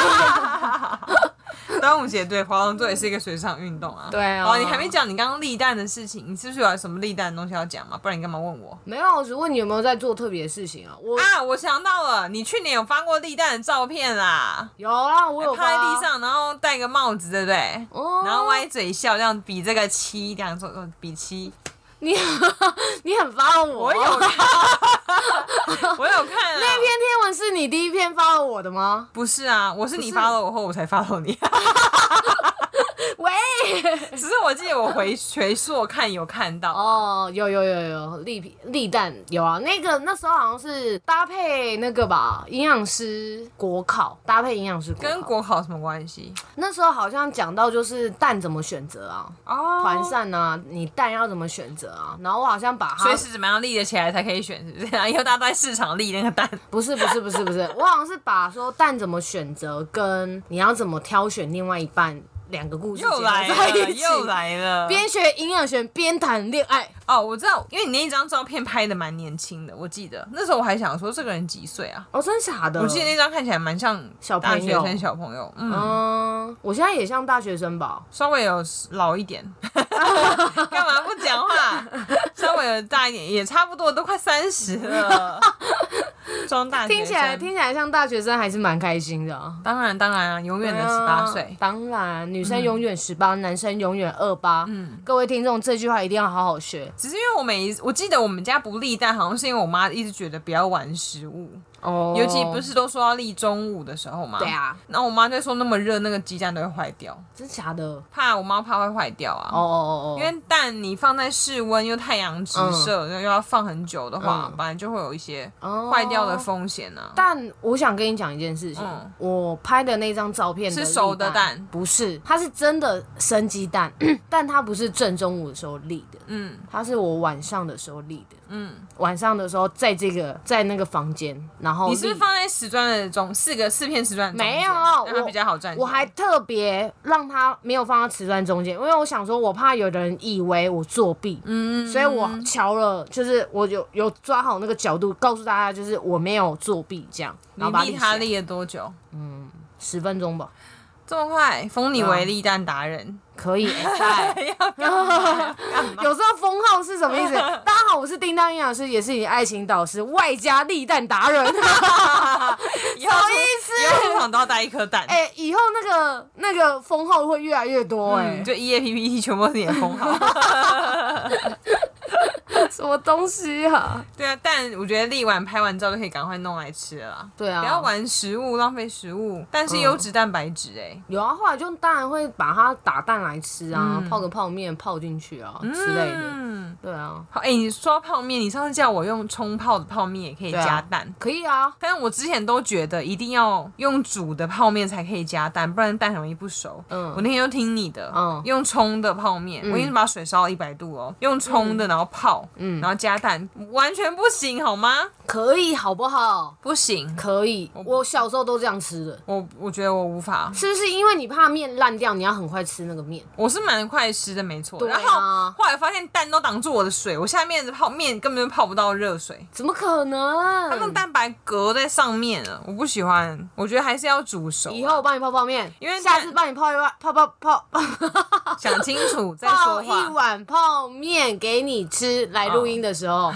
Speaker 2: 端午节对，划龙舟也是一个水上运动啊。
Speaker 1: 对啊
Speaker 2: 哦，你还没讲你刚刚立蛋的事情，你是不是有什么立蛋的东西要讲嘛？不然你干嘛问我？
Speaker 1: 没有，我只问你有没有在做特别的事情啊？我、
Speaker 2: 啊，我想到了，你去年有发过立蛋的照片啦，
Speaker 1: 有啊，我有
Speaker 2: 趴在地
Speaker 1: 发，
Speaker 2: 上，然后戴个帽子，对不对？
Speaker 1: 哦
Speaker 2: 然后歪嘴笑，这样比这个七，这样做呃比七，
Speaker 1: 你 [LAUGHS] 你很发我，[LAUGHS]
Speaker 2: 啊我有看，我有看啊，
Speaker 1: 哦那篇贴文是你你第一篇发了我的吗？
Speaker 2: 不是啊，我是你发了我后，我才发了你。啊
Speaker 1: [LAUGHS] 喂，
Speaker 2: 只是我记得我回回溯看有看到，
Speaker 1: 哦，有有有有立皮立蛋有啊，那个那时候好像是搭配那个吧，营养师国考搭配营养师国考，
Speaker 2: 跟国考有什么关系？
Speaker 1: 那时候好像讲到就是蛋怎么选择啊，
Speaker 2: 哦，
Speaker 1: 团扇啊，你蛋要怎么选择啊，然后我好像把它
Speaker 2: 随时怎么样立得起来才可以选，是不是？然后 [LAUGHS] 以后大家都在市场立那个蛋，
Speaker 1: 不是不是不是不 [LAUGHS] 是，我好像是把说蛋怎么选择跟你要怎么挑选另外一半两个故事结
Speaker 2: 又
Speaker 1: 合
Speaker 2: 来
Speaker 1: 在
Speaker 2: 了，
Speaker 1: 一起，
Speaker 2: 又来
Speaker 1: [LAUGHS]
Speaker 2: 了。
Speaker 1: 边学营养学边谈恋爱，
Speaker 2: 哦，我知道，因为你那一张照片拍的蛮年轻的，我记得那时候我还想说这个人几岁啊？
Speaker 1: 哦，真假的？
Speaker 2: 我记得那张看起来蛮像
Speaker 1: 小朋
Speaker 2: 大
Speaker 1: 友
Speaker 2: 学生小朋友，嗯，
Speaker 1: 嗯，我现在也像大学生吧？
Speaker 2: 稍微有老一点， [LAUGHS] 干嘛不讲话？稍微有大一点，也差不多，都快三十了， [LAUGHS] 装大学
Speaker 1: 嗯
Speaker 2: 生
Speaker 1: 听起来听起来像大学生，还是蛮开心的、啊。
Speaker 2: 当然当然啊，永远的十八
Speaker 1: 对啊
Speaker 2: 岁，
Speaker 1: 当然，女生永远十八、男生永远二八。嗯，各位听众，这句话一定要好好学
Speaker 2: 只是因为我每一我记得我们家不立蛋，好像是因为我妈一直觉得不要玩食物，
Speaker 1: 哦
Speaker 2: 尤其不是都说要立中午的时候嘛，
Speaker 1: 对，啊，
Speaker 2: 然后我妈就说那么热，那个鸡蛋都会坏掉。
Speaker 1: 真假的？哦
Speaker 2: 怕我妈怕会坏掉啊。
Speaker 1: 哦哦哦，
Speaker 2: 因为蛋你放在室温又太阳直射，又要放很久的话，本来就会有一些
Speaker 1: 嗯哦
Speaker 2: 坏掉的风险啊。
Speaker 1: 但我想跟你讲一件事情，
Speaker 2: 嗯
Speaker 1: 我拍的那张照片
Speaker 2: 是
Speaker 1: 立
Speaker 2: 熟的蛋
Speaker 1: 不是，它是真的生鸡蛋， [CLEARS THROAT] 但它不是正中午的时候立的，
Speaker 2: 嗯
Speaker 1: 它是我晚上的时候立的。
Speaker 2: 嗯，
Speaker 1: 晚上的时候，在这个在那个房间，然后
Speaker 2: 你是不
Speaker 1: 立
Speaker 2: 是放在石砖的中四个四片石砖的中间
Speaker 1: 没有啊
Speaker 2: 让它
Speaker 1: 我
Speaker 2: 比较好站起来。
Speaker 1: 我还特别让他没有放到瓷砖中间，因为我想说，我怕有的人以为我作弊，嗯，所以我瞧了，就是我有有抓好那个角度，告诉大家就是我没有作弊，这样，然后把它
Speaker 2: 你立
Speaker 1: 起来
Speaker 2: 它立了多久？
Speaker 1: 十分钟吧，
Speaker 2: 这么快，封
Speaker 1: 嗯
Speaker 2: 你为立蛋达人。
Speaker 1: 可以，哎
Speaker 2: [LAUGHS]
Speaker 1: [LAUGHS] 有时候封号是什么意 [LAUGHS] 思？大家好，我是叮当营养师，也是你的爱情导师，外加立蛋达 [LAUGHS] 人。
Speaker 2: 以后出以后出场都要带一颗蛋。
Speaker 1: [LAUGHS] 哎、以后那个那个封号会越来越多、哎、
Speaker 2: 嗯，就 E A P P [LAUGHS] T 全部都是你的封号。
Speaker 1: 什么东西啊？
Speaker 2: 对啊，但我觉得立完拍完照就可以赶快弄来吃了啦。
Speaker 1: 对啊，嗯
Speaker 2: 不要玩食物，浪费食物，但是优质蛋白质哎、
Speaker 1: 有啊，后来就当然会把它打蛋来吃啊，泡个泡面泡进去啊、之类的。
Speaker 2: 嗯，
Speaker 1: 对啊，
Speaker 2: 好哎、你说到泡面，你上次叫我用冲泡的泡面也可以
Speaker 1: 对啊
Speaker 2: 加蛋。
Speaker 1: 可以啊。
Speaker 2: 但是我之前都觉得一定要用煮的泡面才可以加蛋，不然蛋很容易不熟。
Speaker 1: 嗯
Speaker 2: 我那天就听你的，
Speaker 1: 嗯
Speaker 2: 用冲的泡面，我已经把水烧到一百度哦，用冲的，然后泡，
Speaker 1: 嗯
Speaker 2: 然后加蛋，完全不行好吗？
Speaker 1: 可以好不好？
Speaker 2: 不行，
Speaker 1: 可以，我小时候都这样吃的。
Speaker 2: 我我觉得我无法，
Speaker 1: 是不是因为你怕面烂掉，你要很快吃那个面？
Speaker 2: 我是蛮快吃的，没错。
Speaker 1: 对啊
Speaker 2: 然后后来发现蛋都挡住我的水，我下面的泡面根本就泡不到热水，
Speaker 1: 怎么可
Speaker 2: 它那
Speaker 1: 能？
Speaker 2: 蛋白隔在上面了，我不喜欢。我觉得还是要煮熟啊。
Speaker 1: 以后我帮你泡泡面，
Speaker 2: 因为
Speaker 1: 下
Speaker 2: 蛋
Speaker 1: 次帮你泡一碗泡泡泡
Speaker 2: 想清楚再
Speaker 1: 泡 [LAUGHS]
Speaker 2: 说
Speaker 1: 一
Speaker 2: 话，
Speaker 1: 碗泡面给你吃。来录音的时候，
Speaker 2: 哦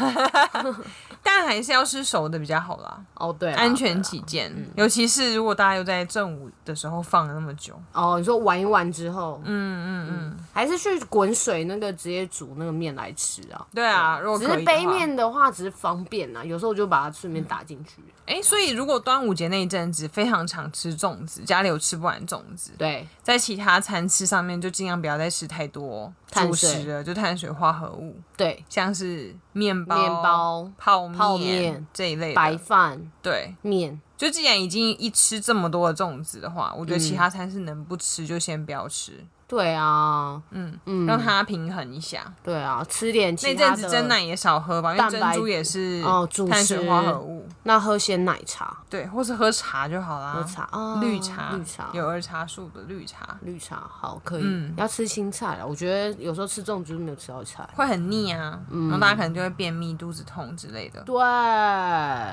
Speaker 2: 但还是要吃熟的比较好啦，
Speaker 1: 哦对啊啦，
Speaker 2: 安全起见。
Speaker 1: 嗯
Speaker 2: 尤其是如果大家又在正午的时候放了那么久，
Speaker 1: 哦，你说玩一玩之后，
Speaker 2: 嗯嗯嗯，
Speaker 1: 还是去滚水那个直接煮那个面来吃啊？
Speaker 2: 对啊，如果
Speaker 1: 只
Speaker 2: 可
Speaker 1: 是
Speaker 2: 以的话
Speaker 1: 杯。面的话，只是方便呐、有时候我就把它顺便打进去。
Speaker 2: 哎，所以如果端午节那一阵子非常常吃粽子，家里有吃不完粽子，
Speaker 1: 对，
Speaker 2: 在其他餐吃上面就尽量不要再吃太多
Speaker 1: 碳
Speaker 2: 主
Speaker 1: 水
Speaker 2: 食了，就碳水化合物，
Speaker 1: 对，
Speaker 2: 像是面包、
Speaker 1: 面包
Speaker 2: 泡
Speaker 1: 泡面
Speaker 2: 这一类的
Speaker 1: 白饭
Speaker 2: 对，
Speaker 1: 面，
Speaker 2: 就既然已经一吃这么多的粽子的话，我觉得其
Speaker 1: 嗯
Speaker 2: 他餐是能不吃就先不要吃，
Speaker 1: 对啊，
Speaker 2: 嗯，
Speaker 1: 嗯，
Speaker 2: 让它平衡一下。
Speaker 1: 对啊，吃点其
Speaker 2: 那
Speaker 1: 他
Speaker 2: 阵
Speaker 1: 的。
Speaker 2: 子真奶也少喝吧，因为
Speaker 1: 蛋白
Speaker 2: 珍珠也是
Speaker 1: 哦主食
Speaker 2: 碳水化合物，
Speaker 1: 那喝鲜奶茶，
Speaker 2: 对，或是喝茶就好啦，
Speaker 1: 喝茶啊，
Speaker 2: 绿茶，
Speaker 1: 绿茶，
Speaker 2: 有儿茶素的绿茶
Speaker 1: 绿茶好可以。
Speaker 2: 嗯
Speaker 1: 要吃青菜啊了，我觉得有时候吃粽子就没有吃到菜。
Speaker 2: 会很腻啊，然后大家可能就会便秘、肚子痛之类的。
Speaker 1: 嗯对，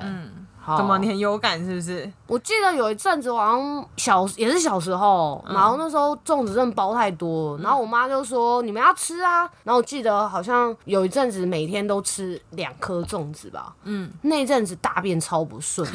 Speaker 1: 嗯，好。
Speaker 2: 怎么你很有感是不是？
Speaker 1: 我记得有一阵子，我好像小也是小时候，
Speaker 2: 嗯
Speaker 1: 然后那时候粽子真的包太多，然后我妈就说你们要吃啊。然后我记得好像有一阵子每天都吃两颗粽子吧，嗯，那一阵子大便超不顺，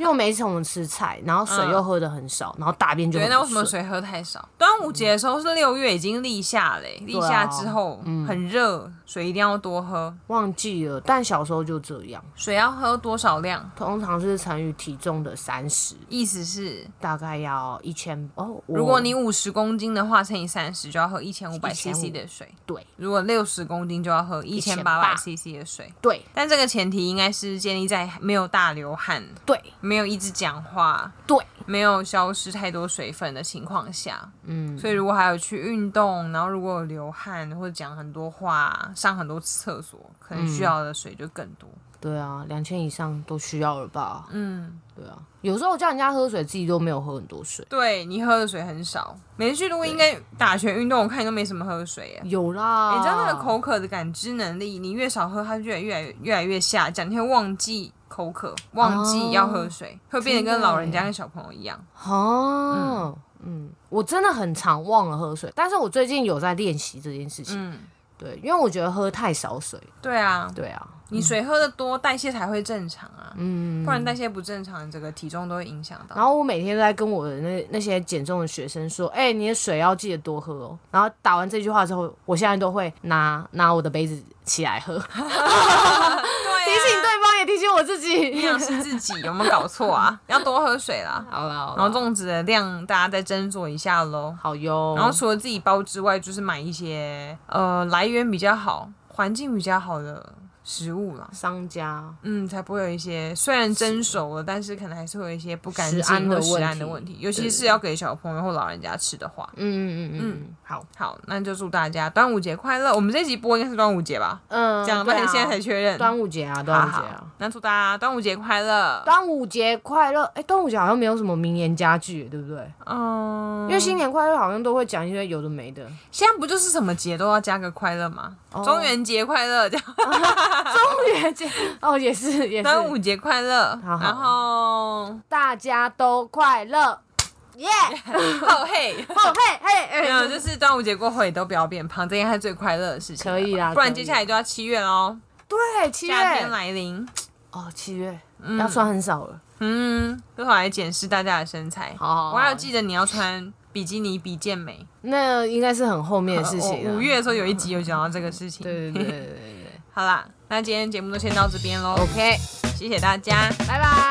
Speaker 1: 因为我没什么吃菜，然后水又喝的很少，然后大便就
Speaker 2: 嗯对，
Speaker 1: 很
Speaker 2: 那
Speaker 1: 不
Speaker 2: 为什么
Speaker 1: 顺。
Speaker 2: 水喝太少？端午节的时候是六月，已经立夏嘞、立
Speaker 1: 啊
Speaker 2: 夏之后、很热，水一定要多喝。
Speaker 1: 忘记了，但小时候就这样，
Speaker 2: 水要喝多少量？
Speaker 1: 通常是乘以体重的三十，
Speaker 2: 意思是，
Speaker 1: 大概要一千哦。我
Speaker 2: 如果你五十公斤的话，乘以三十就要喝一千五百
Speaker 1: 1500
Speaker 2: CC 的水；
Speaker 1: 对
Speaker 2: 如果六十公斤就要喝一千八百 CC 的水。
Speaker 1: 对
Speaker 2: 但这个前提应该是建立在没有大流汗、
Speaker 1: 对
Speaker 2: 没有一直讲话、
Speaker 1: 对，
Speaker 2: 没有消失太多水分的情况下。
Speaker 1: 嗯，
Speaker 2: 所以如果还有去运动，然后如果有流汗或者讲很多话、上很多次厕所，可能需要的水就更多。
Speaker 1: 对啊，两千以上都需要了吧？
Speaker 2: 嗯，
Speaker 1: 对啊，有时候我叫人家喝水，自己都没有喝很多水。
Speaker 2: 对你喝的水很少，每次去录音跟打拳运动，我看你都没什么喝水耶。
Speaker 1: 有啦，
Speaker 2: 你知道那个口渴的感知能力，你越少喝，它越来越来越越来越下降，你会忘记口渴，忘记要喝水，会变得跟老人家跟小朋友一样。
Speaker 1: 哦，嗯，我真的很常忘了喝水，但是我最近有在练习这件事情。
Speaker 2: 嗯，
Speaker 1: 对，因为我觉得喝太少水。
Speaker 2: 对啊，
Speaker 1: 对啊，
Speaker 2: 你水喝的多，代谢才会正常啊，
Speaker 1: 嗯。
Speaker 2: 不然代谢不正常，你这个体重都会影响
Speaker 1: 然
Speaker 2: 到。
Speaker 1: 后我每天都在跟我的那那些减重的学生说，哎、你的水要记得多喝哦。然后打完这句话之后，我现在都会拿拿我的杯子起来喝，提醒
Speaker 2: 对啊，
Speaker 1: 对方也提醒我自
Speaker 2: [LAUGHS] 营
Speaker 1: 己。
Speaker 2: 养是自己，有没有搞错啊？要多喝水啦。
Speaker 1: [LAUGHS] 好了好
Speaker 2: 然后
Speaker 1: 了，
Speaker 2: 粽子的量大家再斟酌一下喽。
Speaker 1: 好哟。
Speaker 2: 然后除了自己包之外，就是买一些呃来源比较好、环境比较好的食物啦。
Speaker 1: 商家
Speaker 2: 嗯，才不会有一些虽然蒸熟了，但是可能还是会有一些不干净
Speaker 1: 食安的
Speaker 2: 或食
Speaker 1: 问
Speaker 2: 安的
Speaker 1: 题
Speaker 2: 问题，尤其是要给小朋友或老人家吃的话。
Speaker 1: 嗯嗯嗯嗯，好，
Speaker 2: 好，那就祝大家端午节快乐！我们这集播应该是端午节吧？
Speaker 1: 嗯，
Speaker 2: 讲了
Speaker 1: 对
Speaker 2: 半
Speaker 1: 啊
Speaker 2: 天，现在才确认。
Speaker 1: 端午节啊，端午节
Speaker 2: 好
Speaker 1: 啊
Speaker 2: 好，，那祝大家端午节快乐！
Speaker 1: 端午节快乐。哎，端午节好像没有什么名言佳句，对不对？
Speaker 2: 嗯，
Speaker 1: 因为新年快乐好像都会讲一些有的没 [LAUGHS] 的。
Speaker 2: 现在不就是什么节都要加个快乐吗？
Speaker 1: 哦
Speaker 2: 中元节快乐，这样
Speaker 1: 中元节哦，也是也是，
Speaker 2: 端午节快乐，
Speaker 1: 好好
Speaker 2: 然后
Speaker 1: 大家都快乐， [LAUGHS] 耶！
Speaker 2: 后嘿。
Speaker 1: [LAUGHS] 哦嘿嘿
Speaker 2: 没有，
Speaker 1: 哎，
Speaker 2: 就是端午节过后也都不要变胖，这应该是最快乐的事情了吧。啊
Speaker 1: 可以啦
Speaker 2: 不然
Speaker 1: 可以
Speaker 2: 接下来就要七月喽，
Speaker 1: 对，七
Speaker 2: 夏天
Speaker 1: 月
Speaker 2: 来临，
Speaker 1: 哦，七月要穿很少了，
Speaker 2: 嗯，多少来检视大家的身材。
Speaker 1: 好好好
Speaker 2: 我还有记得你要穿比基尼比健美
Speaker 1: 那应该是很后面的事情
Speaker 2: 我
Speaker 1: 了。
Speaker 2: 五月的时候有一集有讲到这个事情。
Speaker 1: 对，对对对对对
Speaker 2: 好啦，那今天节目就先到这边喽，
Speaker 1: ，OK，
Speaker 2: 谢谢大家，
Speaker 1: 拜拜。